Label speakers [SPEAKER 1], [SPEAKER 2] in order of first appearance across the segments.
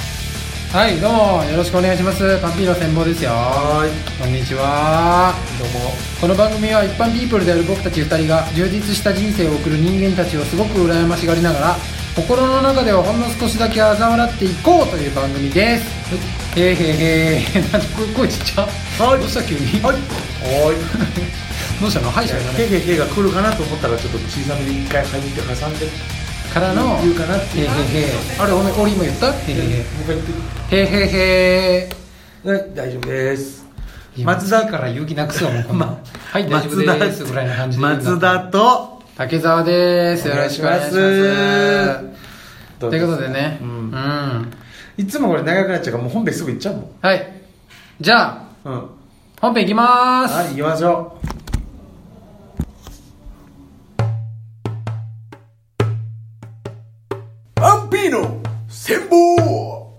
[SPEAKER 1] はいどうもよろしくお願いしますパンピーの専門ですよ
[SPEAKER 2] はーい
[SPEAKER 1] こんにちは
[SPEAKER 2] どうも
[SPEAKER 1] この番組は一般ピープルである僕たち2人が充実した人生を送る人間たちをすごく羨ましがりながら心の中ではほんの少しだけ嘲笑っていこうという番組ですへーへーへ ーなんで声声ちっちゃ
[SPEAKER 2] はい
[SPEAKER 1] どうした急に、
[SPEAKER 2] はい は
[SPEAKER 1] どうしたの歯医者が
[SPEAKER 2] ーい
[SPEAKER 1] ね
[SPEAKER 2] へへへが来るかなと思ったらちょっと小さめで一回入って挟んで
[SPEAKER 1] からの
[SPEAKER 2] 言うかなって
[SPEAKER 1] へーへーへーあれおめ俺今言ったへーへ
[SPEAKER 2] もう一回言っ
[SPEAKER 1] ーへー
[SPEAKER 2] て
[SPEAKER 1] へーへー
[SPEAKER 2] はい大丈夫です
[SPEAKER 1] 松
[SPEAKER 2] 松
[SPEAKER 1] 田
[SPEAKER 2] 田
[SPEAKER 1] から勇気なくすわもうこんなのはい大丈夫
[SPEAKER 2] 松田
[SPEAKER 1] ですぐらいの感じで言うんだ
[SPEAKER 2] 松田と
[SPEAKER 1] 竹澤ですよろしくお願いします
[SPEAKER 2] お願いします
[SPEAKER 1] ということでね
[SPEAKER 2] う
[SPEAKER 1] うんん、
[SPEAKER 2] いつもこれ長くなっちゃうからもう本編すぐ行っちゃうもん
[SPEAKER 1] はいじゃあ
[SPEAKER 2] うん
[SPEAKER 1] 本編いきまーす、
[SPEAKER 2] はい行きましょうアンピーの戦法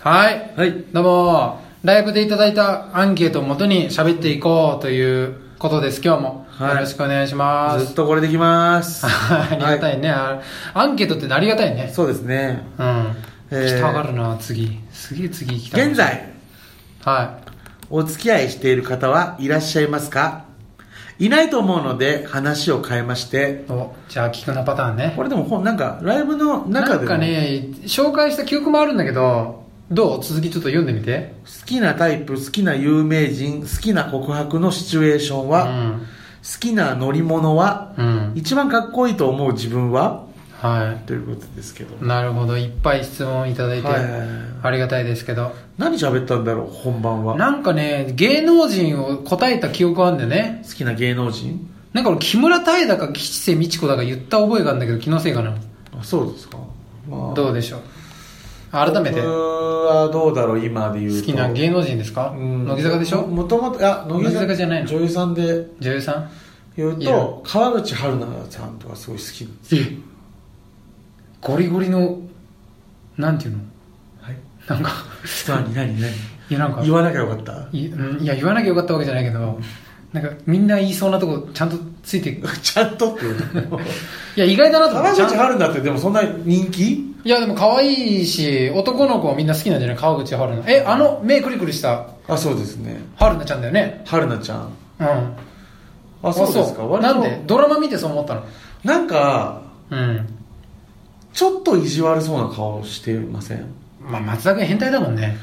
[SPEAKER 1] はい
[SPEAKER 2] はい
[SPEAKER 1] どうもライブでいただいたアンケートをもとに喋っていこうということです今日も、
[SPEAKER 2] はい
[SPEAKER 1] よろしくお願いしま
[SPEAKER 2] ずっ
[SPEAKER 1] す
[SPEAKER 2] とこれでき ま す
[SPEAKER 1] ありがたいね、あアンケートってありがたいね
[SPEAKER 2] そうですね
[SPEAKER 1] うん、
[SPEAKER 2] えー
[SPEAKER 1] 来たがるな次すげえ次来た
[SPEAKER 2] 現在
[SPEAKER 1] はい
[SPEAKER 2] お付き合いしている方はいらっしゃいますかいないと思うので話を変えまして
[SPEAKER 1] おじゃあ聞くなパターンね
[SPEAKER 2] これでもほんなんかライブの中
[SPEAKER 1] なん
[SPEAKER 2] でも
[SPEAKER 1] かね紹介した記憶もあるんだけどどう続きちょっと読んでみて
[SPEAKER 2] 好きなタイプ好きな有名人好きな告白のシチュエーションは、好きな乗り物は、
[SPEAKER 1] うん、うん、
[SPEAKER 2] 一番かっこいいと思う自分は
[SPEAKER 1] は
[SPEAKER 2] ということですけど
[SPEAKER 1] いなるほどいっぱい質問いただいて、
[SPEAKER 2] はいはいはい
[SPEAKER 1] ありがたいですけど
[SPEAKER 2] 何喋ったんだろう本番は
[SPEAKER 1] なんかね芸能人を答えた記憶はあるんだよね
[SPEAKER 2] 好きな芸能人
[SPEAKER 1] なんか俺木村多江だか吉瀬美智子だか言った覚えがあるんだけど気のせいかな
[SPEAKER 2] あそうですか、まあ
[SPEAKER 1] どうでしょう改めて
[SPEAKER 2] 僕
[SPEAKER 1] 好
[SPEAKER 2] はどうだろう今で言うと
[SPEAKER 1] きな芸能人ですか、
[SPEAKER 2] うん
[SPEAKER 1] 乃木坂でしょ
[SPEAKER 2] ももともとあ乃木
[SPEAKER 1] 乃木
[SPEAKER 2] 坂
[SPEAKER 1] 坂じゃないの
[SPEAKER 2] 女優さんで
[SPEAKER 1] 女優さん
[SPEAKER 2] 言う
[SPEAKER 1] いる
[SPEAKER 2] と川口春奈さんとかすごい好きなんです
[SPEAKER 1] えゴリゴリのなんていうの
[SPEAKER 2] はい
[SPEAKER 1] なんか
[SPEAKER 2] 何何何
[SPEAKER 1] いやなんか
[SPEAKER 2] 言わなきゃよかった
[SPEAKER 1] いうんいや言わなきゃよかったわけじゃないけどなんかみんな言いそうなとこちゃんとついていく
[SPEAKER 2] ちゃんとって言うの
[SPEAKER 1] いや意外だなと思っ
[SPEAKER 2] 川口
[SPEAKER 1] て
[SPEAKER 2] 春奈ってでもそんな人気
[SPEAKER 1] いやでも可愛いし男の子はみんな好きなんじゃない川口春奈えあの目クリクリした
[SPEAKER 2] あそうですね
[SPEAKER 1] 春奈ちゃんだよね
[SPEAKER 2] 春奈ちゃん
[SPEAKER 1] うんあ
[SPEAKER 2] あそうですか割
[SPEAKER 1] な
[SPEAKER 2] と
[SPEAKER 1] んでドラマ見てそう思ったの
[SPEAKER 2] なんか
[SPEAKER 1] うん
[SPEAKER 2] ちょっと意地悪そうな顔してません 違
[SPEAKER 1] まあ松田君変態だもんね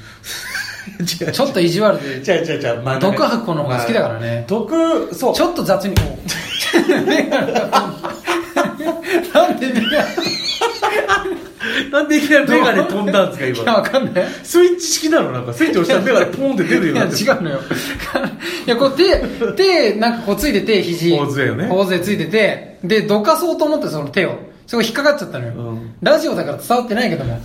[SPEAKER 2] う違う
[SPEAKER 1] ちょっと意地悪で
[SPEAKER 2] 違う違う違う、 まあ
[SPEAKER 1] 毒吐く子の方が好きだからね
[SPEAKER 2] まあ毒そう
[SPEAKER 1] ちょっと雑にこう目がなんで目が
[SPEAKER 2] なんでいきなりメガネ飛んだんです
[SPEAKER 1] い
[SPEAKER 2] か
[SPEAKER 1] や
[SPEAKER 2] 今
[SPEAKER 1] わかんない
[SPEAKER 2] スイッチ式なのなんかスイッチ押したらメガネポンって出るよう
[SPEAKER 1] い
[SPEAKER 2] に
[SPEAKER 1] や
[SPEAKER 2] なって
[SPEAKER 1] 違うのよいやこう手手なんかこうついてて肘
[SPEAKER 2] 頬杖よね
[SPEAKER 1] 頬杖ついててでどかそうと思ってその手をそこ引っかかっちゃったのよ、
[SPEAKER 2] うん
[SPEAKER 1] ラジオだから伝わってないけども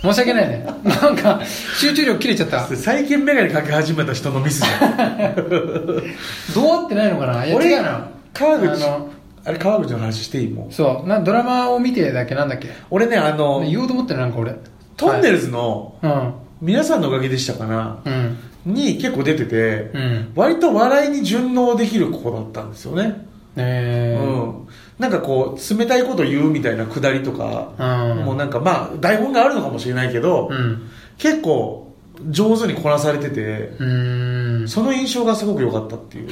[SPEAKER 1] 申し訳ないねなんか集中力切れちゃった
[SPEAKER 2] 最近メガネかけ始めた人のミスじ ゃ
[SPEAKER 1] どうあってないのかない
[SPEAKER 2] ん
[SPEAKER 1] や違うな
[SPEAKER 2] 川口
[SPEAKER 1] あ
[SPEAKER 2] あ
[SPEAKER 1] の
[SPEAKER 2] れ川口の話していいもう
[SPEAKER 1] そうなドラマを見てだけなんだっけ
[SPEAKER 2] 俺ねあの
[SPEAKER 1] 言おうと思ってるなんか俺
[SPEAKER 2] トンネルズの
[SPEAKER 1] はい
[SPEAKER 2] 皆さんのおかげでしたかな
[SPEAKER 1] うんうん
[SPEAKER 2] に結構出てて
[SPEAKER 1] うん
[SPEAKER 2] 割と笑いに順応できる子だったんですよねう
[SPEAKER 1] えー
[SPEAKER 2] んなんかこう冷たいこと言うみたいなくだりとか
[SPEAKER 1] うん
[SPEAKER 2] もうなんかまあ台本があるのかもしれないけど
[SPEAKER 1] うん
[SPEAKER 2] 結構上手にこなされてて
[SPEAKER 1] うーん
[SPEAKER 2] その印象がすごく良かったっていう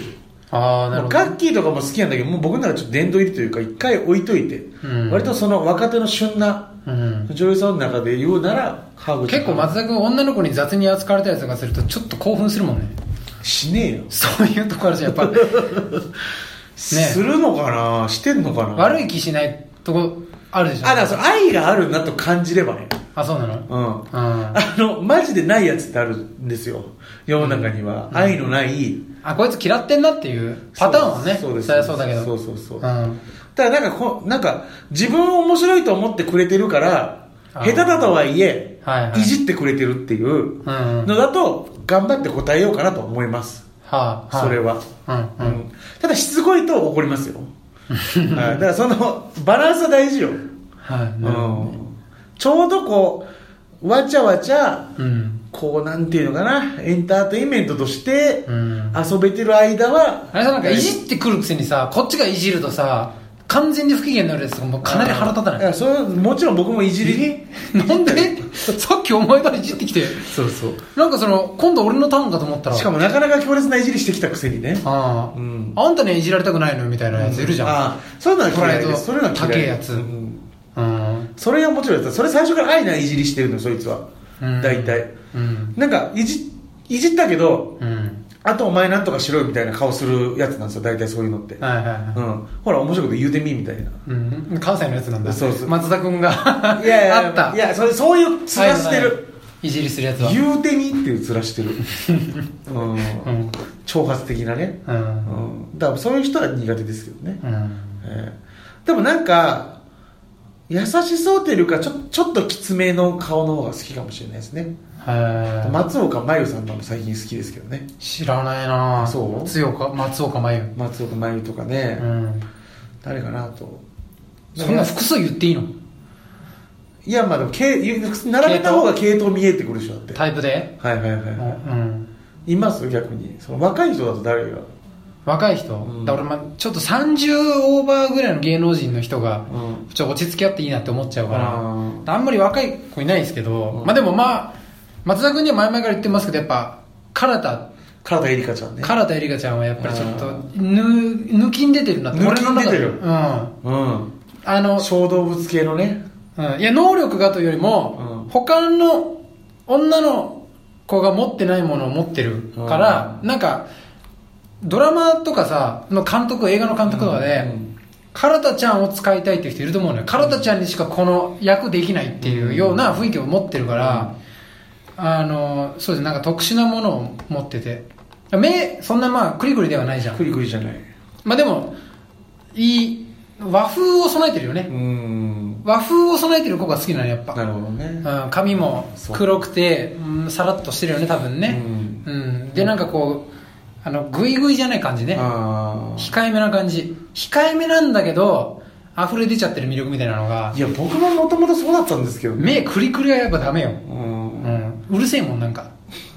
[SPEAKER 1] ああなるほど
[SPEAKER 2] ガッキーとかも好きなんだけどもう僕ならちょっと殿堂入りというか一回置いといて、
[SPEAKER 1] うん
[SPEAKER 2] 割とその若手の旬な
[SPEAKER 1] うん
[SPEAKER 2] 女優さんの中で言うなら川口
[SPEAKER 1] 結構松
[SPEAKER 2] ず
[SPEAKER 1] 田君女の子に雑に扱われたりとかするとちょっと興奮するもんね
[SPEAKER 2] しねえよ、
[SPEAKER 1] そういうとこあるじゃんやっ
[SPEAKER 2] するのかなしてんのかな
[SPEAKER 1] ぱ悪
[SPEAKER 2] い
[SPEAKER 1] い気しないとこあるでしょ
[SPEAKER 2] あだからその愛があるなと感じればね
[SPEAKER 1] あそうなのうん
[SPEAKER 2] うん
[SPEAKER 1] あ
[SPEAKER 2] あのマジでないやつってあるんですよ世の中には、愛のない
[SPEAKER 1] こいつ嫌ってんなっていうパターンはね
[SPEAKER 2] そうです
[SPEAKER 1] そりゃそうだけど
[SPEAKER 2] そうそうそう、
[SPEAKER 1] うん
[SPEAKER 2] ただなんかこうなんか自分を面白いと思ってくれてるから
[SPEAKER 1] あー
[SPEAKER 2] 下手だとはいえ、
[SPEAKER 1] はいはい
[SPEAKER 2] いじってくれてるっていう
[SPEAKER 1] うんうん
[SPEAKER 2] のだと頑張って答えようかなと思います、
[SPEAKER 1] はあ、はあ、
[SPEAKER 2] それは、
[SPEAKER 1] うん
[SPEAKER 2] う
[SPEAKER 1] うん
[SPEAKER 2] ん、ただしつこいと怒ります よ、はい、だからそのバランスは大事よ、
[SPEAKER 1] はいなる
[SPEAKER 2] う
[SPEAKER 1] ほ
[SPEAKER 2] ん、ちょうどこうわちゃわちゃ
[SPEAKER 1] どうん
[SPEAKER 2] こうなんていうのかなエンターテインメントとして
[SPEAKER 1] うん
[SPEAKER 2] 遊べてる間は
[SPEAKER 1] あれさなんかいじってくるくせにさこっちがいじるとさ完全に不機嫌になるやつがもうかなり腹立たない
[SPEAKER 2] やそれはもちろん僕もいじり
[SPEAKER 1] い なんでさっきお前がいじってきて
[SPEAKER 2] そうそう
[SPEAKER 1] なん かその今度俺のターンかと思ったら
[SPEAKER 2] しかもなかなか強烈ないじりしてきたくせにね
[SPEAKER 1] ああ、
[SPEAKER 2] うん
[SPEAKER 1] あんたにはいじられたくないのみたいなやついるじゃん、
[SPEAKER 2] ああそういうのは嫌いです
[SPEAKER 1] プ
[SPEAKER 2] そうい
[SPEAKER 1] ライ
[SPEAKER 2] う
[SPEAKER 1] ド
[SPEAKER 2] のは嫌
[SPEAKER 1] 高
[SPEAKER 2] い
[SPEAKER 1] えやつ
[SPEAKER 2] うん
[SPEAKER 1] うん
[SPEAKER 2] それはもちろんやつそれ最初から愛ないじりしてるのそいつは
[SPEAKER 1] うん
[SPEAKER 2] 大体
[SPEAKER 1] うん
[SPEAKER 2] なんかいじいじったけど
[SPEAKER 1] うん
[SPEAKER 2] あとお前なんとかしろよみたいな顔するやつなんですよ大体そういうのって
[SPEAKER 1] はいはいはい
[SPEAKER 2] うんほら面白いこと言うてみみた いな
[SPEAKER 1] うん、関西のやつなんだ
[SPEAKER 2] そうそう
[SPEAKER 1] 松田君が
[SPEAKER 2] いやいや
[SPEAKER 1] あった
[SPEAKER 2] いやそれそういう面して
[SPEAKER 1] はいはい
[SPEAKER 2] る
[SPEAKER 1] いじりするやつは
[SPEAKER 2] 言うてみっていう 面してるうん
[SPEAKER 1] うん
[SPEAKER 2] 挑発的なね
[SPEAKER 1] う
[SPEAKER 2] うんんだからそういう人は苦手ですけどね
[SPEAKER 1] うん
[SPEAKER 2] えーでもなんか優しそうというよりかちょちょっときつめの顔の方が好きかもしれないですね
[SPEAKER 1] はい、
[SPEAKER 2] 松岡真優さんのも最近好きですけどね
[SPEAKER 1] 知らないなぁ
[SPEAKER 2] そう
[SPEAKER 1] 強か松岡真優
[SPEAKER 2] 松岡真優とかね、
[SPEAKER 1] うん
[SPEAKER 2] 誰かなと
[SPEAKER 1] そんな複数言っていいの
[SPEAKER 2] いやまあでも系並べた方が系統見えてくるでしょだって
[SPEAKER 1] タイプで
[SPEAKER 2] はいはいはい、
[SPEAKER 1] う
[SPEAKER 2] は
[SPEAKER 1] ん
[SPEAKER 2] い、います逆にその若い人だと誰が
[SPEAKER 1] 若い人、
[SPEAKER 2] うん
[SPEAKER 1] だから俺、ま、ちょっと30オーバーぐらいの芸能人の人が
[SPEAKER 2] うん
[SPEAKER 1] ちょっと落ち着きあっていいなって思っちゃうから
[SPEAKER 2] あー
[SPEAKER 1] あんまり若い子いないですけど、
[SPEAKER 2] うん
[SPEAKER 1] まあでもまあ松田君には前々から言ってますけどやっぱ唐田
[SPEAKER 2] 唐田絵里香ちゃんね
[SPEAKER 1] 唐田絵里香ちゃんはやっぱりちょっと
[SPEAKER 2] あ
[SPEAKER 1] ぬ抜きん出てるなって
[SPEAKER 2] 抜
[SPEAKER 1] 俺
[SPEAKER 2] き
[SPEAKER 1] の
[SPEAKER 2] ん
[SPEAKER 1] 中
[SPEAKER 2] 出
[SPEAKER 1] で
[SPEAKER 2] てる
[SPEAKER 1] うんあ
[SPEAKER 2] うん
[SPEAKER 1] の、
[SPEAKER 2] 小動物系のね
[SPEAKER 1] うん、いや能力がというよりも、
[SPEAKER 2] うん
[SPEAKER 1] 他の女の子が持ってないものを持ってるから、なんかドラマとかさの監督映画の監督とかで、
[SPEAKER 2] うん
[SPEAKER 1] カラタちゃんを使いたいっていう人いると思うのよカラタちゃんにしかこの役できないっていうような雰囲気を持ってるから、あのそうですなんか特殊なものを持ってて目そんなまあクリクリではないじゃん
[SPEAKER 2] クリクリじゃない
[SPEAKER 1] まあでもいい和風を備えてるよ
[SPEAKER 2] う
[SPEAKER 1] ね
[SPEAKER 2] ん
[SPEAKER 1] 和風を備えてる子が好きなのやっ
[SPEAKER 2] な
[SPEAKER 1] ぱ、
[SPEAKER 2] るほどね
[SPEAKER 1] うん、髪も黒くて、うんさらっとしてるよね多分ね
[SPEAKER 2] うん
[SPEAKER 1] うん、でなんかこうあのグイグイじゃない感じね
[SPEAKER 2] ああ
[SPEAKER 1] 控えめな感じ控えめなんだけど溢れ出ちゃってる魅力みたいなのが
[SPEAKER 2] いや僕ももともとそうだったんですけどね
[SPEAKER 1] 目クリクリはやっぱダメよ、
[SPEAKER 2] う
[SPEAKER 1] うんん、うるせえもんなんか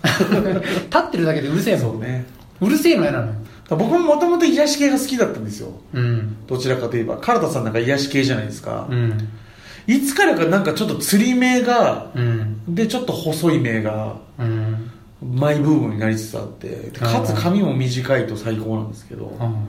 [SPEAKER 1] 立ってるだけでうるせえも
[SPEAKER 2] そ
[SPEAKER 1] ん
[SPEAKER 2] うね
[SPEAKER 1] うるせえの嫌なのよ
[SPEAKER 2] 僕ももともと癒し系が好きだったんですよ
[SPEAKER 1] うん
[SPEAKER 2] どちらかといえば唐田さんなんか癒し系じゃないですか
[SPEAKER 1] う、ん
[SPEAKER 2] いつからかなんかちょっと釣り目が
[SPEAKER 1] うん
[SPEAKER 2] でちょっと細い目が
[SPEAKER 1] うん
[SPEAKER 2] マイブームになりつつあってでかつ髪も短いと最高なんですけど
[SPEAKER 1] うん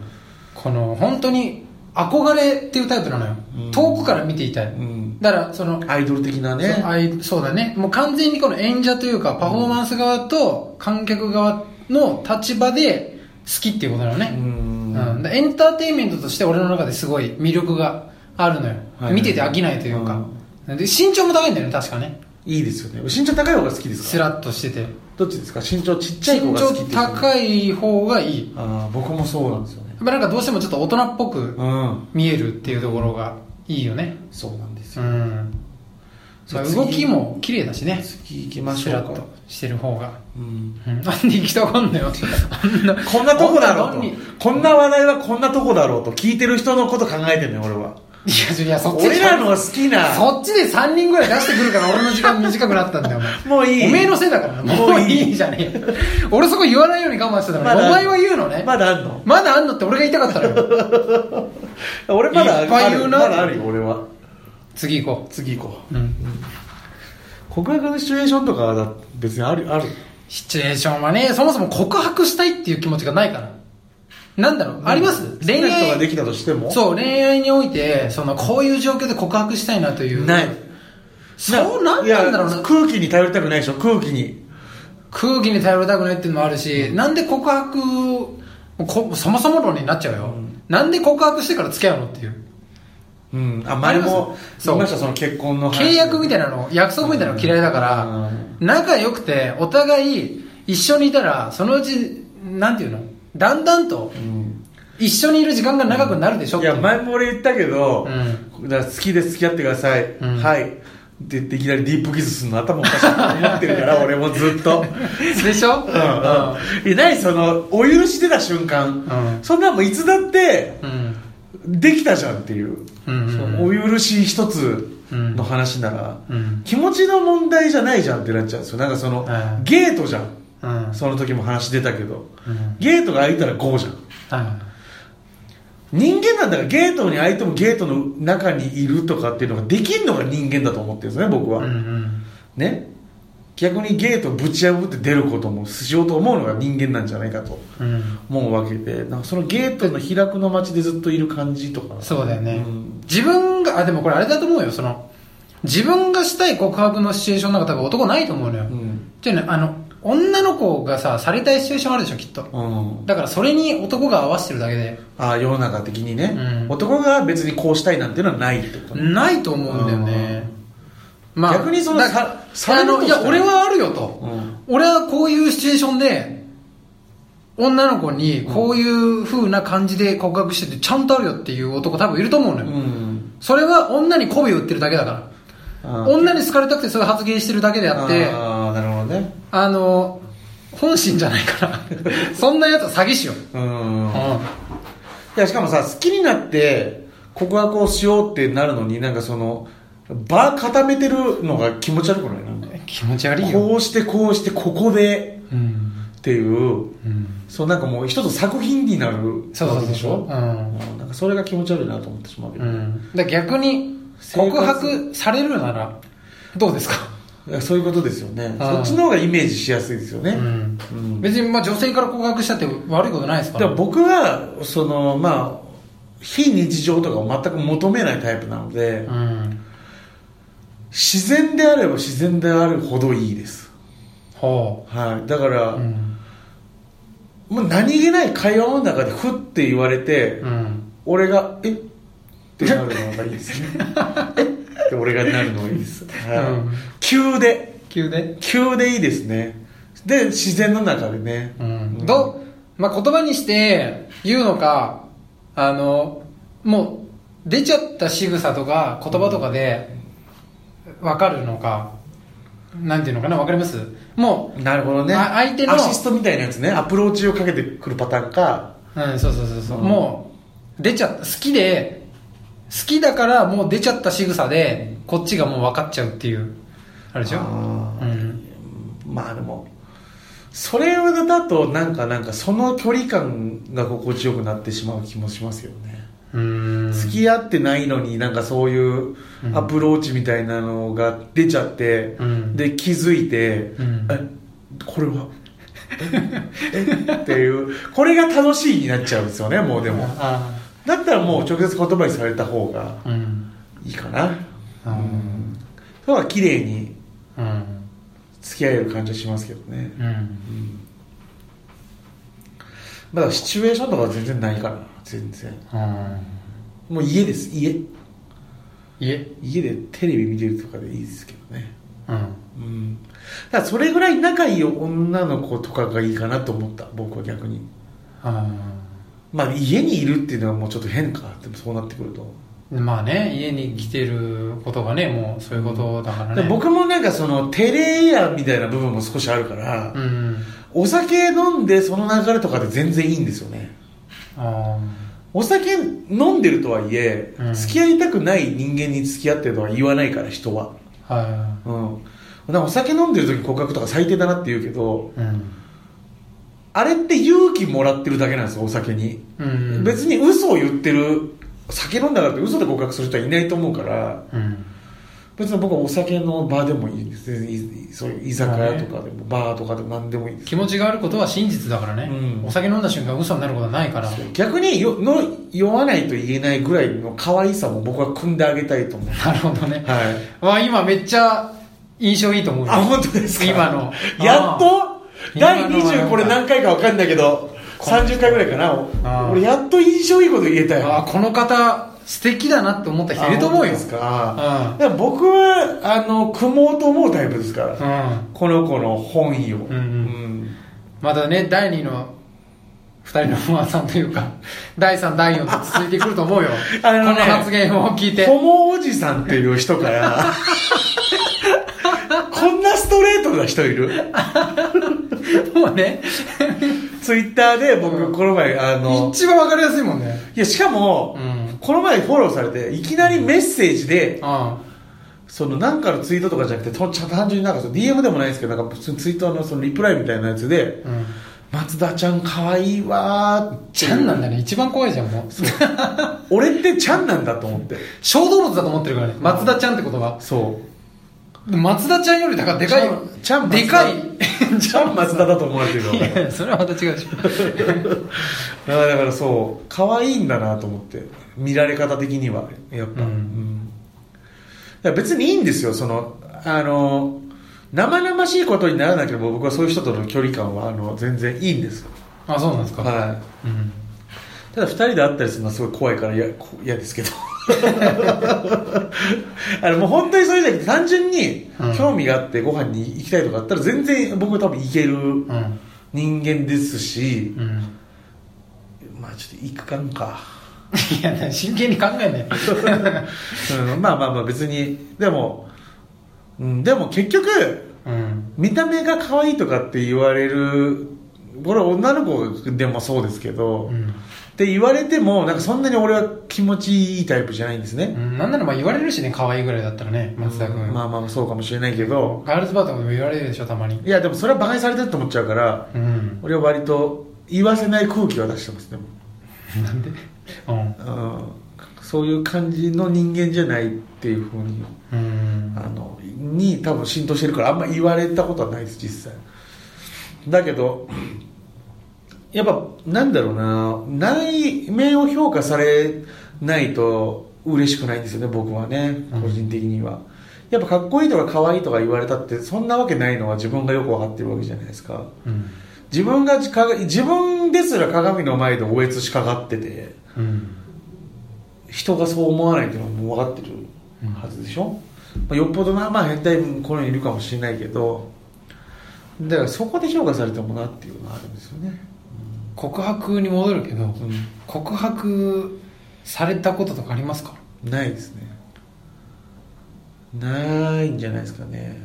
[SPEAKER 1] この本当に憧れっていうタイプなのよ、
[SPEAKER 2] うん
[SPEAKER 1] 遠くから見ていたい、
[SPEAKER 2] うん
[SPEAKER 1] だからその
[SPEAKER 2] アイドル的な
[SPEAKER 1] そう
[SPEAKER 2] ね
[SPEAKER 1] あいそうだねもう完全にこの演者というかパフォーマンス側と観客側の立場で好きっていうことなの
[SPEAKER 2] う
[SPEAKER 1] ね、うん
[SPEAKER 2] ん
[SPEAKER 1] でエンターテインメントとして俺の中ですごい魅力があるのよ、
[SPEAKER 2] はい
[SPEAKER 1] 見てて飽きないというか、で身長も高いんだよね確かね
[SPEAKER 2] いいですよね身長高い方が好きです
[SPEAKER 1] ス
[SPEAKER 2] か
[SPEAKER 1] ラッとしてて
[SPEAKER 2] どっちですか身長ちっちゃい方
[SPEAKER 1] 身
[SPEAKER 2] が好
[SPEAKER 1] 長
[SPEAKER 2] きってい
[SPEAKER 1] 高い方がいいう
[SPEAKER 2] かあー僕もそうなんですよね
[SPEAKER 1] やっぱなんかどうしてもちょっと大人っぽく
[SPEAKER 2] うん
[SPEAKER 1] 見えるっていうところがいいよね
[SPEAKER 2] そうなんです
[SPEAKER 1] う
[SPEAKER 2] よ、
[SPEAKER 1] ん、
[SPEAKER 2] じゃあ次
[SPEAKER 1] 動きも綺麗だしね
[SPEAKER 2] 次行きまし
[SPEAKER 1] ス
[SPEAKER 2] ょ
[SPEAKER 1] ラ
[SPEAKER 2] う
[SPEAKER 1] ッ
[SPEAKER 2] か
[SPEAKER 1] としてる方が
[SPEAKER 2] うん
[SPEAKER 1] うんなんで行きたがんのよあんな
[SPEAKER 2] こんなとこだろ
[SPEAKER 1] あんな
[SPEAKER 2] う
[SPEAKER 1] の
[SPEAKER 2] と
[SPEAKER 1] にい。
[SPEAKER 2] こんな話題はこんなとこだろうと聞いてる人のこと考えてんね俺は。
[SPEAKER 1] やいやそっち
[SPEAKER 2] 俺らのが好きな。
[SPEAKER 1] そっちで3人ぐらい出してくるから俺の時間短くなったんだよお前
[SPEAKER 2] もういい。
[SPEAKER 1] おめえのせいだからなも
[SPEAKER 2] も
[SPEAKER 1] う
[SPEAKER 2] ういい
[SPEAKER 1] いいじゃねえよ俺そこ言わないように我慢してたのに、
[SPEAKER 2] まだ
[SPEAKER 1] お前は言うのねま
[SPEAKER 2] まだあんの
[SPEAKER 1] だあんのって俺が言いたかったのよ
[SPEAKER 2] 俺まだあ
[SPEAKER 1] いっ
[SPEAKER 2] る。
[SPEAKER 1] ぱい言うな
[SPEAKER 2] まだあるよ、俺は。
[SPEAKER 1] 次行こ
[SPEAKER 2] 次行こう。
[SPEAKER 1] う、うん、
[SPEAKER 2] 告白のシチュエーションとかはだ別にある、ある。
[SPEAKER 1] シチュエーションはねそもそも告白したいっていう気持ちがないからなんだろうあります
[SPEAKER 2] 恋
[SPEAKER 1] 恋
[SPEAKER 2] 愛。人が
[SPEAKER 1] 愛
[SPEAKER 2] できたとしても。
[SPEAKER 1] そう恋愛においてそのこういう状況で告白したいなという
[SPEAKER 2] ない。
[SPEAKER 1] そうなんなんだろう
[SPEAKER 2] いや
[SPEAKER 1] な
[SPEAKER 2] 空気に頼りたくないでしょ、空気に。
[SPEAKER 1] 空気に頼りたくないっていうのもあるし、なんで告白をこそもそも論になっちゃうよ、なんで告白してから付き合うのっていう
[SPEAKER 2] うん。あ、前
[SPEAKER 1] あり
[SPEAKER 2] も
[SPEAKER 1] ます
[SPEAKER 2] 言いました、その結婚の話。
[SPEAKER 1] 契約みたいなの約束みたいなの嫌いだから、
[SPEAKER 2] うん
[SPEAKER 1] 仲良くてお互い一緒にいたらそのうちなんていうのだんだんと
[SPEAKER 2] うん
[SPEAKER 1] 一緒にいる時間が長くなるでしょっ
[SPEAKER 2] い
[SPEAKER 1] ていう
[SPEAKER 2] や前も俺言ったけど、
[SPEAKER 1] う
[SPEAKER 2] だから好きで付き合ってください、
[SPEAKER 1] うん
[SPEAKER 2] はいって言っていきなりディープキスするの頭おかしいと思ってるから 俺もずっと
[SPEAKER 1] でしょ、
[SPEAKER 2] うんうんいないそのお許し出た瞬間、
[SPEAKER 1] うん
[SPEAKER 2] そんなもんいつだって
[SPEAKER 1] うん
[SPEAKER 2] できたじゃんっていう、
[SPEAKER 1] うんうん
[SPEAKER 2] そのお許し一つの話なら、
[SPEAKER 1] うん
[SPEAKER 2] 気持ちの問題じゃないじゃんってなっちゃうんですよなんかその、
[SPEAKER 1] うん
[SPEAKER 2] ゲートじゃん
[SPEAKER 1] うん
[SPEAKER 2] その時も話出たけど
[SPEAKER 1] うん
[SPEAKER 2] ゲートが開いたら5じゃん
[SPEAKER 1] はい
[SPEAKER 2] 人間なんだからゲートに相手もゲートの中にいるとかっていうのができるのが人間だと思ってるんですね僕は、
[SPEAKER 1] うんうん
[SPEAKER 2] ね逆にゲートぶち破って出ることもしようと思うのが人間なんじゃないかと
[SPEAKER 1] うん
[SPEAKER 2] 思うわけでなんかそのゲートの開くの街でずっといる感じとか
[SPEAKER 1] そうだよね、
[SPEAKER 2] ん
[SPEAKER 1] 自分があでもこれあれだと思うよその自分がしたい告白のシチュエーションなんか多分男ないと思うのよ、
[SPEAKER 2] うん
[SPEAKER 1] っていうのはあの女の子がさされたいシチュエーションあるでしょきっと
[SPEAKER 2] うん
[SPEAKER 1] だからそれに男が合わせてるだけで
[SPEAKER 2] ああ世の中的にね、
[SPEAKER 1] うん
[SPEAKER 2] 男が別にこうしたいなんていうのはないってことね、
[SPEAKER 1] ないと思うんだよね、まあ
[SPEAKER 2] 逆にその
[SPEAKER 1] だから
[SPEAKER 2] さ
[SPEAKER 1] あ
[SPEAKER 2] される
[SPEAKER 1] の
[SPEAKER 2] と
[SPEAKER 1] い
[SPEAKER 2] した
[SPEAKER 1] や
[SPEAKER 2] ら
[SPEAKER 1] 俺はあるよと、
[SPEAKER 2] うん
[SPEAKER 1] 俺はこういうシチュエーションで女の子にこういう風な感じで告白しててちゃんとあるよっていう男多分いると思うのよ、
[SPEAKER 2] うん
[SPEAKER 1] それは女に媚び売ってるだけだから
[SPEAKER 2] あー
[SPEAKER 1] 女に好かれたくてそういう発言してるだけであってあ
[SPEAKER 2] ああなるほどね
[SPEAKER 1] の本心じゃないから そんなやつは詐欺師よ、
[SPEAKER 2] うん
[SPEAKER 1] う
[SPEAKER 2] いやしかもさ好きになって告白をしようってなるのになんかその場固めてるのが気持ち悪くないなんか
[SPEAKER 1] ん、気持ち悪いよ
[SPEAKER 2] こうしてこうしてここで
[SPEAKER 1] うん、
[SPEAKER 2] っていう
[SPEAKER 1] うん、
[SPEAKER 2] そうなんかもう一つ作品になる
[SPEAKER 1] そうそうそう
[SPEAKER 2] でしょ
[SPEAKER 1] うん
[SPEAKER 2] うんなんかそれが気持ち悪いなと思ってしまうけ
[SPEAKER 1] う
[SPEAKER 2] ど、
[SPEAKER 1] ん、だから逆に
[SPEAKER 2] 生活
[SPEAKER 1] 告白されるならどうですか、
[SPEAKER 2] いやそういうことですよね
[SPEAKER 1] あー
[SPEAKER 2] そっちの方がイメージしやすいですよね、
[SPEAKER 1] うん
[SPEAKER 2] うん
[SPEAKER 1] 別にまあ女性から告白したって悪いことないですか
[SPEAKER 2] で
[SPEAKER 1] ら
[SPEAKER 2] も僕はそのまあ非日常とかを全く求めないタイプなので、
[SPEAKER 1] うん
[SPEAKER 2] 自然であれば自然であるほどいいです
[SPEAKER 1] ほ
[SPEAKER 2] はい、だから、
[SPEAKER 1] ううん
[SPEAKER 2] もう何気ない会話の中でふって言われて、
[SPEAKER 1] うん
[SPEAKER 2] 俺が「えっ?」てなるのがいいですねえって俺がなるのがいいです、はい
[SPEAKER 1] うん
[SPEAKER 2] 急で
[SPEAKER 1] 急で
[SPEAKER 2] 急でいいですねで自然の中でね、
[SPEAKER 1] うんどう、まあ、言葉にして言うのかあのもう出ちゃった仕草とか言葉とかで分かるのかなんていうのかな分かりますも
[SPEAKER 2] なるほどね
[SPEAKER 1] あ相手の
[SPEAKER 2] アシストみたいなやつねアプローチをかけてくるパターンか
[SPEAKER 1] う、うん、そうそうそうそう、
[SPEAKER 2] うん
[SPEAKER 1] もう出ちゃった好きで好きだからもう出ちゃった仕草でこっちがもう分かっちゃうっていうあれでしょ
[SPEAKER 2] あ
[SPEAKER 1] う
[SPEAKER 2] ー
[SPEAKER 1] ん
[SPEAKER 2] まあでもそれだとなんかなんかその距離感が心地よくなってしまう気もしますよね
[SPEAKER 1] うん
[SPEAKER 2] 付き合ってないのになんかそういうアプローチみたいなのが出ちゃって、
[SPEAKER 1] うん
[SPEAKER 2] で気づいて、
[SPEAKER 1] うん
[SPEAKER 2] えこれはええ っていうこれが楽しいになっちゃうんですよねもうでも
[SPEAKER 1] あ
[SPEAKER 2] だったらもう直接言葉にされた方が
[SPEAKER 1] あうん
[SPEAKER 2] いいかな
[SPEAKER 1] うん
[SPEAKER 2] そうは綺麗に
[SPEAKER 1] うん
[SPEAKER 2] 付き合える感じはしますけどね
[SPEAKER 1] うん
[SPEAKER 2] まだシチュエーションとかは全然ないから全然
[SPEAKER 1] うん
[SPEAKER 2] もう家です家
[SPEAKER 1] いえ
[SPEAKER 2] 家でテレビ見てるとかでいいですけどね
[SPEAKER 1] うん
[SPEAKER 2] うんだからそれぐらい仲いい女の子とかがいいかなと思った僕は逆に
[SPEAKER 1] あ
[SPEAKER 2] まあ家にいるっていうのはもうちょっと変かでもそうなってくると、
[SPEAKER 1] ーまあね家に来てることがねもうそういうことだからね
[SPEAKER 2] で僕もなんかその照れ屋みたいな部分も少しあるから、
[SPEAKER 1] うん
[SPEAKER 2] お酒飲んでその流れとかで全然いいんですよね
[SPEAKER 1] あ
[SPEAKER 2] お酒飲んでるとはいえ、
[SPEAKER 1] うん
[SPEAKER 2] 付き合いたくない人間に付き合ってるとは言わないから人は
[SPEAKER 1] あは
[SPEAKER 2] うんなんかお酒飲んでる時告白とか最低だなって言うけど
[SPEAKER 1] いうん
[SPEAKER 2] あれって勇気もらってるだけなんですよお酒に
[SPEAKER 1] うん
[SPEAKER 2] 別に嘘を言ってる酒飲んだからって嘘で告白する人はいないと思うから
[SPEAKER 1] うん
[SPEAKER 2] 別に僕はお酒の場でもいいです全然いいそういう居酒屋とかでも、バーとかでも何でもいいです
[SPEAKER 1] 気持ちがあることは真実だからね、
[SPEAKER 2] うん
[SPEAKER 1] お酒飲んだ瞬間嘘になることはないから
[SPEAKER 2] 逆によの酔わないと言えないぐらいの可愛さも僕は組んであげたいと思う
[SPEAKER 1] なるほどね
[SPEAKER 2] はい
[SPEAKER 1] わ今めっちゃ印象いいと思うよ
[SPEAKER 2] あ本当ですか
[SPEAKER 1] 今の
[SPEAKER 2] やっと第
[SPEAKER 1] 今のは
[SPEAKER 2] 20これ何回か分かんないけど30回ぐらいか
[SPEAKER 1] あ
[SPEAKER 2] な
[SPEAKER 1] ー
[SPEAKER 2] 俺やっと印象いいこと言えたよ
[SPEAKER 1] あーこの方素敵だなって思った人いると思うよ
[SPEAKER 2] あ本当ですか
[SPEAKER 1] うん
[SPEAKER 2] だから僕はあの組もうと思うタイプですから、
[SPEAKER 1] うん
[SPEAKER 2] この子の本意を、
[SPEAKER 1] んうんまだね第2の2人の不安さんというか第3第4と続いてくると思うよ
[SPEAKER 2] あのね
[SPEAKER 1] この発言を聞いて
[SPEAKER 2] ホモおじさんっていう人から こんなストレートな人いる
[SPEAKER 1] もうね
[SPEAKER 2] ツイッターで僕この前あの
[SPEAKER 1] 一番わかりやすいもんね
[SPEAKER 2] いやしかも、
[SPEAKER 1] うん
[SPEAKER 2] この前フォローされていきなりメッセージで
[SPEAKER 1] あ
[SPEAKER 2] そのなんかのツイートとかじゃなくてと単純になんかその DM でもないですけどなんか普通にツイートのそのリプライみたいなやつで
[SPEAKER 1] あうん
[SPEAKER 2] ま松田ちゃん可愛いわーっていう
[SPEAKER 1] ちゃんなんだね一番怖いじゃんもう
[SPEAKER 2] 俺ってちゃんなんだと思って
[SPEAKER 1] 小動物だと思ってるからね松田ちゃんって言葉
[SPEAKER 2] そう
[SPEAKER 1] 松田ちゃんよりだからでかい
[SPEAKER 2] ちゃんちゃん松田
[SPEAKER 1] でかい
[SPEAKER 2] ちゃん松田だと思われてる の
[SPEAKER 1] いやそれはまた違うでしょ
[SPEAKER 2] だからだからそう可愛いんだなと思って見られ方的にはやっぱ、
[SPEAKER 1] うん
[SPEAKER 2] うんだから別にいいんですよそのあの生々しいことにならなければ僕はそういう人との距離感はあの全然いいんです
[SPEAKER 1] あそうなんですか、
[SPEAKER 2] は
[SPEAKER 1] うん
[SPEAKER 2] いただ2人で会ったりするのはすごい怖いから嫌こ嫌です けどあのもう本当にそれじゃなくて単純に
[SPEAKER 1] うん
[SPEAKER 2] 興味があってご飯に行きたいとかあったら全然僕は多分行ける
[SPEAKER 1] うん
[SPEAKER 2] 人間ですし、
[SPEAKER 1] うん
[SPEAKER 2] まあちょっと行くかんか
[SPEAKER 1] いや真剣に考えない
[SPEAKER 2] うん、まあまあまあ別にでも、うん、でも結局
[SPEAKER 1] うん
[SPEAKER 2] 見た目が可愛いとかって言われるこれ女の子でもそうですけど、
[SPEAKER 1] う
[SPEAKER 2] っ
[SPEAKER 1] ん
[SPEAKER 2] て言われてもなんかそんなに俺は気持ちいいタイプじゃないんです
[SPEAKER 1] う
[SPEAKER 2] ね、
[SPEAKER 1] んなんならまあ言われるしね可愛いぐらいだったらね松田君、
[SPEAKER 2] まあまあそうかもしれないけど
[SPEAKER 1] ガールズバーとかでも言われるでしょたまに
[SPEAKER 2] いやでもそれは馬鹿にされてると思っちゃうから
[SPEAKER 1] うん
[SPEAKER 2] 俺は割と言わせない空気は出してますでも、
[SPEAKER 1] なんでうん
[SPEAKER 2] うん、そういう感じの人間じゃないっていうふうに
[SPEAKER 1] うん
[SPEAKER 2] あのに多分浸透してるからあんま言われたことはないです実際だけどやっぱなんだろうな内面を評価されないと嬉しくないんですよね僕はね
[SPEAKER 1] うん
[SPEAKER 2] 個人的には、やっぱかっこいいとか可愛いとか言われたってそんなわけないのは自分がよく分かってるわけじゃないですか
[SPEAKER 1] うん
[SPEAKER 2] 自分がかが自分ですら鏡の前でおえつしかかってて
[SPEAKER 1] うん
[SPEAKER 2] 人がそう思わないっていうのはもう分かってるはずでしょ、まあ、よっぽどまあまあ変態分この世にいるかもしれないけどだからそこで評価されてもなっていうのはあるんですよね、
[SPEAKER 1] 告白に戻るけど、
[SPEAKER 2] う
[SPEAKER 1] 告白されたこととかありますか
[SPEAKER 2] ん、ないですねないんじゃないですかね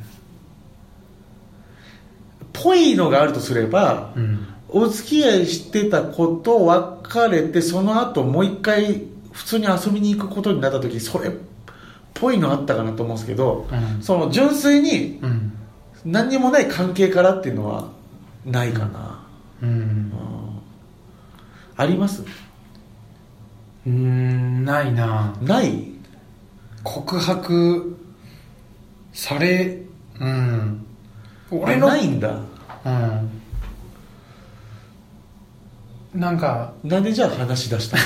[SPEAKER 2] ぽいのがあるとすれば
[SPEAKER 1] うん
[SPEAKER 2] お付き合いしてた子と別れてその後もう一回普通に遊びに行くことになった時それっぽいのあったかなと思うんですけど
[SPEAKER 1] うん
[SPEAKER 2] その純粋に
[SPEAKER 1] うん
[SPEAKER 2] 何にもない関係からっていうのはないかな、
[SPEAKER 1] う
[SPEAKER 2] うん
[SPEAKER 1] ん
[SPEAKER 2] あります
[SPEAKER 1] うーんないな
[SPEAKER 2] ない
[SPEAKER 1] 告白されうん俺の
[SPEAKER 2] ないんだ
[SPEAKER 1] うんなんか
[SPEAKER 2] なんでじゃあ話し 出した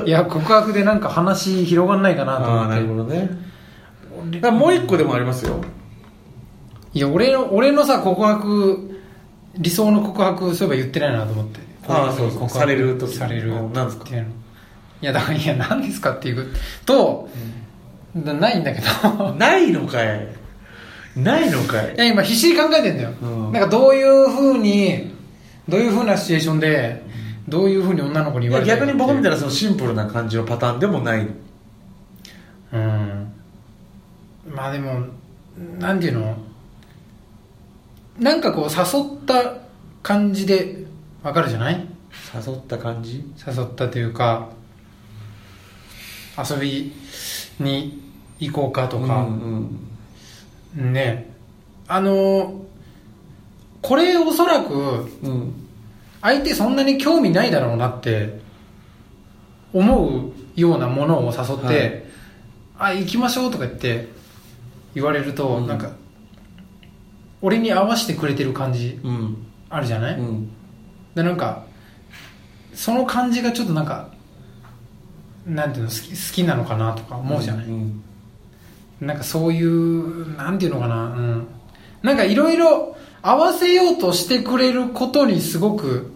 [SPEAKER 2] の
[SPEAKER 1] いや告白でなんか話広がんないかなと思って
[SPEAKER 2] どね
[SPEAKER 1] 俺
[SPEAKER 2] だからもう一個でもありますよ
[SPEAKER 1] いや俺の俺のさ告白理想の告白そういえば言ってないなと思って
[SPEAKER 2] ああそうそう
[SPEAKER 1] 告白
[SPEAKER 2] される時
[SPEAKER 1] される
[SPEAKER 2] うんなんですか
[SPEAKER 1] っていうのいやだからいや何ですかっていうと、なないんだけど
[SPEAKER 2] ないのかいないのかい
[SPEAKER 1] いや今必死に考えてんだよ、
[SPEAKER 2] うん
[SPEAKER 1] なんかどういうふうにどういうふうなシチュエーションでどういうふうに女の子に言われたいか
[SPEAKER 2] 逆に僕みたい
[SPEAKER 1] な
[SPEAKER 2] なそのシンプルな感じのパターンでもない
[SPEAKER 1] うんまあでもなんていうのなんかこう誘った感じでわかるじゃない
[SPEAKER 2] 誘った感じ
[SPEAKER 1] 誘ったというか遊びに行こうかとか
[SPEAKER 2] うん、うん
[SPEAKER 1] ねあのこれおそらく
[SPEAKER 2] うん
[SPEAKER 1] 相手そんなに興味ないだろうなって思うようなものを誘って、あ行きましょうとか言って言われると、
[SPEAKER 2] うん
[SPEAKER 1] なんか俺に合わせてくれてる感じ
[SPEAKER 2] うん
[SPEAKER 1] あるじゃない、
[SPEAKER 2] うん
[SPEAKER 1] でなんかその感じがちょっとなんかなんていうの好き好きなのかなとか思うじゃない、
[SPEAKER 2] ん
[SPEAKER 1] なんかそういうなんていうのかなうんなんかいろいろ合わせようとしてくれることにすごく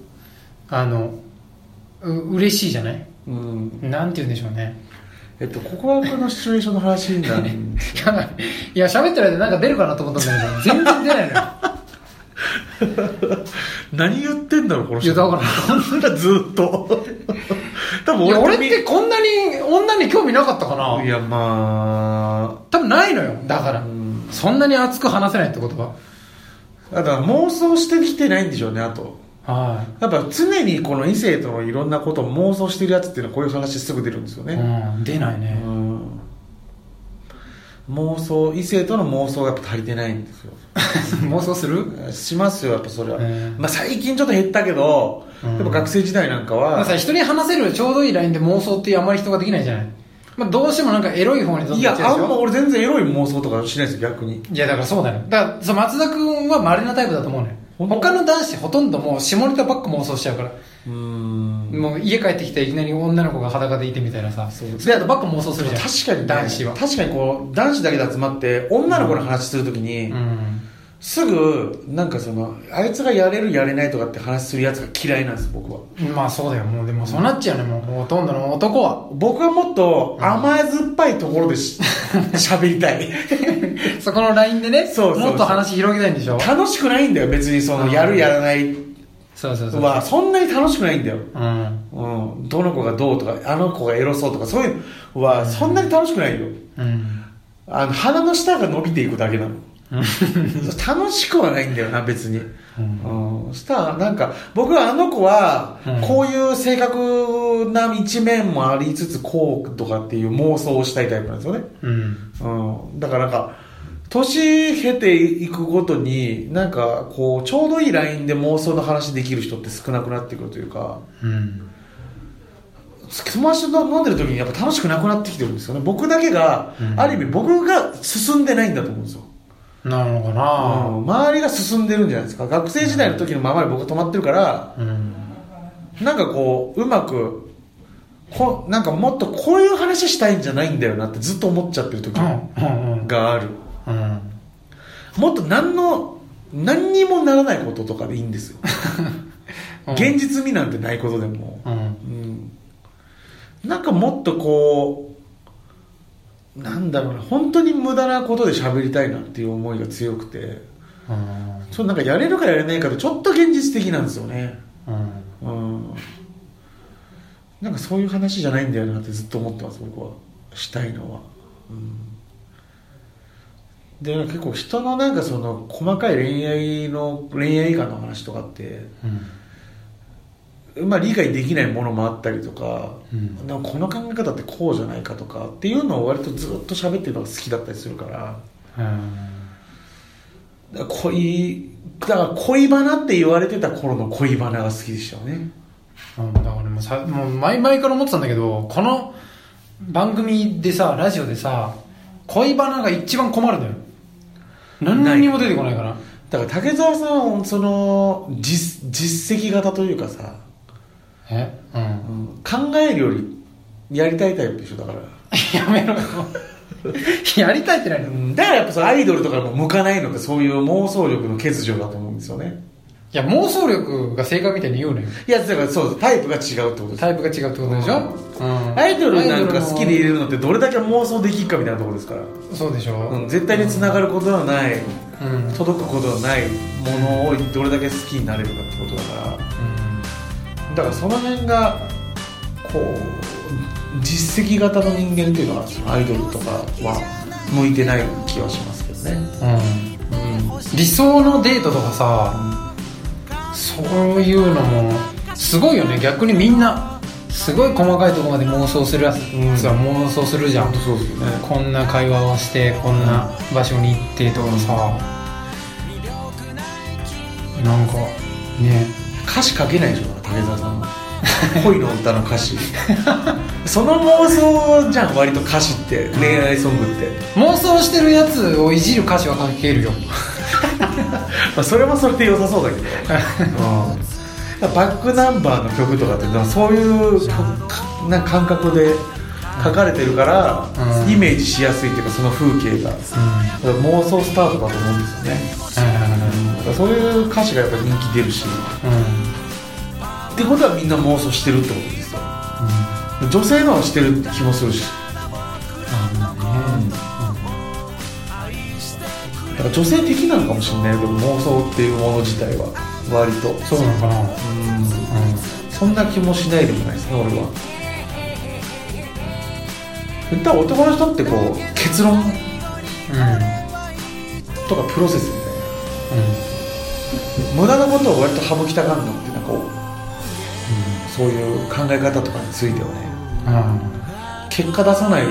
[SPEAKER 1] あのう嬉しいじゃない
[SPEAKER 2] うんうん
[SPEAKER 1] なんて言うんでしょうね
[SPEAKER 2] えっと告白のシチュエーションの話になるんで
[SPEAKER 1] やばいいや喋ってる間なんか出るかなと思ったんだけど全然出ないのよ
[SPEAKER 2] 何言ってんだろうこの
[SPEAKER 1] いやだから
[SPEAKER 2] らずーっと多分
[SPEAKER 1] いや俺っ
[SPEAKER 2] み
[SPEAKER 1] てこんなに女に興味なかったかない
[SPEAKER 2] やま
[SPEAKER 1] 多分ないのよだから、
[SPEAKER 2] うん
[SPEAKER 1] そんなに熱く話せないってことは
[SPEAKER 2] ああとは妄想してきてないんでしょうねあと
[SPEAKER 1] は
[SPEAKER 2] やっぱ常にこの異性とのいろんなことを妄想してるやつっていうのはこういう話すぐ出るんですよ
[SPEAKER 1] い、
[SPEAKER 2] ね
[SPEAKER 1] うん、出ないね
[SPEAKER 2] うん妄想異性との妄想がやっぱ足りてないん ですよ
[SPEAKER 1] 妄想する
[SPEAKER 2] しますよやっぱそれは、
[SPEAKER 1] へー
[SPEAKER 2] まあ、最近ちょっと減ったけど、
[SPEAKER 1] うん
[SPEAKER 2] やっぱ学生時代なんかは、
[SPEAKER 1] まあさ人に話せるちょうどいいラインで妄想ってあまり人ができないじゃない、まあ、どうしてもなんかエロい方にどんどん
[SPEAKER 2] い
[SPEAKER 1] 行
[SPEAKER 2] や
[SPEAKER 1] っちゃ
[SPEAKER 2] あ
[SPEAKER 1] うんでし
[SPEAKER 2] ま
[SPEAKER 1] ょ
[SPEAKER 2] 俺全然エロい妄想とかしないですよ逆に
[SPEAKER 1] いやだからそうだよだからその松田君は稀なタイプだと思うね
[SPEAKER 2] ほんま
[SPEAKER 1] 他の男子ほとんどもう下ネタばっか妄想しちゃうから
[SPEAKER 2] うーん
[SPEAKER 1] もう家帰ってきていきなり女の子が裸でいてみたいなさ
[SPEAKER 2] そう
[SPEAKER 1] そうやとばっか妄想するじゃん
[SPEAKER 2] 確かに、ね、
[SPEAKER 1] 男子は
[SPEAKER 2] 確かにこう男子だけで集まって女の子の話するときに、
[SPEAKER 1] うん
[SPEAKER 2] すぐなんかそのあいつがやれるやれないとかって話するやつが嫌いなんです僕は
[SPEAKER 1] まあそうだよもうでもそうなっちゃうねもうほとんどの男は
[SPEAKER 2] 僕はもっと甘酸っぱいところでし喋りたい
[SPEAKER 1] そこのラインでね
[SPEAKER 2] そうそうそう
[SPEAKER 1] もっと話広げたいんでしょ
[SPEAKER 2] 楽しくないんだよ別にそのやるやらない
[SPEAKER 1] そうそうそう、
[SPEAKER 2] はそんなに楽しくないんだよ
[SPEAKER 1] うん
[SPEAKER 2] うん、どの子がどうとかあの子がエロそうとかそういうのはそんなに楽しくないよ
[SPEAKER 1] うん
[SPEAKER 2] あの鼻の下が伸びていくだけなの
[SPEAKER 1] うん
[SPEAKER 2] 楽しくはないんだよな別に、
[SPEAKER 1] うん
[SPEAKER 2] うん、そしたらなんか僕はあの子は
[SPEAKER 1] うん
[SPEAKER 2] こういう性格な一面もありつつこうとかっていう妄想をしたいタイプなんですよね、
[SPEAKER 1] うん
[SPEAKER 2] うん、だからなんか年経ていくごとになんかこうちょうどいいラインで妄想の話できる人って少なくなってくるというか
[SPEAKER 1] うん
[SPEAKER 2] 友達と飲んでる時にやっぱ楽しくなくなってきてるんですよね僕だけが、
[SPEAKER 1] うん
[SPEAKER 2] ある意味僕が進んでないんだと思うんですよ
[SPEAKER 1] なのかな
[SPEAKER 2] 周りが進んでるんじゃないですか学生時代の時のままで僕止まってるから
[SPEAKER 1] うん
[SPEAKER 2] なんかこううまくこなんかもっとこういう話したいんじゃないんだよなってずっと思っちゃってる時
[SPEAKER 1] うんうん
[SPEAKER 2] がある、
[SPEAKER 1] うん
[SPEAKER 2] もっと何の何にもならないこととかでいいんですよ
[SPEAKER 1] うん
[SPEAKER 2] 現実味なんてないことでも
[SPEAKER 1] うん
[SPEAKER 2] うんなんかもっとこうなんだろうな本当に無駄なことで喋りたいなっていう思いが強くて
[SPEAKER 1] うん
[SPEAKER 2] そうなんかやれるかやれないかでちょっと現実的なんですよね
[SPEAKER 1] うん
[SPEAKER 2] うんなんかそういう話じゃないんだよなってずっと思ってます僕はしたいのは、うん、で結構人のなんかその細かい恋愛の恋愛観の話とかって
[SPEAKER 1] うん
[SPEAKER 2] まあ、理解できないものもあったりとか,、
[SPEAKER 1] うん
[SPEAKER 2] なんかこの考え方ってこうじゃないかとかっていうのを割とずっと喋ってるのが好きだったりするから
[SPEAKER 1] うん
[SPEAKER 2] だから恋だから恋バナって言われてた頃の恋バナが好きでしたよね
[SPEAKER 1] うんだからもうさもう前々から思ってたんだけどこの番組でさラジオでさ恋バナが一番困るのよ何にも出てこないから
[SPEAKER 2] だから竹澤さんはその実実績型というかさ、
[SPEAKER 1] えう
[SPEAKER 2] うんん考えるよりやりたいタイプでしょだから、
[SPEAKER 1] やめろよやりたいってないの
[SPEAKER 2] う
[SPEAKER 1] い
[SPEAKER 2] んだからやっぱそのアイドルとかも向かないのってそういう妄想力の欠如だと思うんですよね
[SPEAKER 1] や妄想力が正解みたいに言うのよ
[SPEAKER 2] いやだからそうですタイプが違うってことです
[SPEAKER 1] タイプが違うってことでしょ、うん
[SPEAKER 2] アイドルなんか好きでい
[SPEAKER 1] る
[SPEAKER 2] るのってどれだけ妄想できるかみたいなところですから、
[SPEAKER 1] そうでしょ
[SPEAKER 2] うん、絶対に繋がることのない
[SPEAKER 1] うん、うん
[SPEAKER 2] 届くことのないものをどれだけ好きになれるかってことだからだからその辺がこう実績型の人間っていうのはそのアイドルとかは向いてない気はしますけどね、
[SPEAKER 1] 理想のデートとかさそういうのもすごいよね逆にみんなすごい細かいところまで妄想するやつ
[SPEAKER 2] うん
[SPEAKER 1] は妄想するじゃん、
[SPEAKER 2] そうですよね
[SPEAKER 1] こんな会話をしてこんな場所に行ってとかさ、なんかね
[SPEAKER 2] 歌詞書けないでしょ竹澤さんは恋の歌の歌詞その妄想じゃん割と歌詞って恋愛ソングって、
[SPEAKER 1] 妄想してるやつをいじる歌詞は書けるよ
[SPEAKER 2] まあ、それもそれで良 さそうだけど、うん、バックナンバーの曲とかってなんかそういう曲かなんか感覚で書かれてるから、
[SPEAKER 1] うん
[SPEAKER 2] イメージしやすいっていうかその風景が、妄想スタートだと思うんですよね、だからそういう歌詞がやっぱ人気出るしってことはみんな妄想してるってことですよ女性のはしてる気もするしだから女性的なのかもしれないけど妄想っていうもの自体は割と
[SPEAKER 1] そうなのかな、
[SPEAKER 2] うんそんな気もしないでもないですね俺は絶対男の人ってこう結論とかプロセスみたいな無駄なことを割と省きたがるのってなんかこうそういう考え方とかについてはね
[SPEAKER 1] うんうんうん
[SPEAKER 2] 結果出さない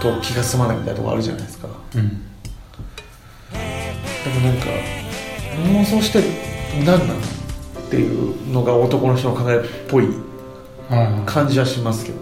[SPEAKER 2] と気が済まないみたいなとこあるじゃないですか
[SPEAKER 1] うん
[SPEAKER 2] でもなんか妄想して何なのっていうのが男の人の考えっぽい
[SPEAKER 1] ああ
[SPEAKER 2] 感じはしますけど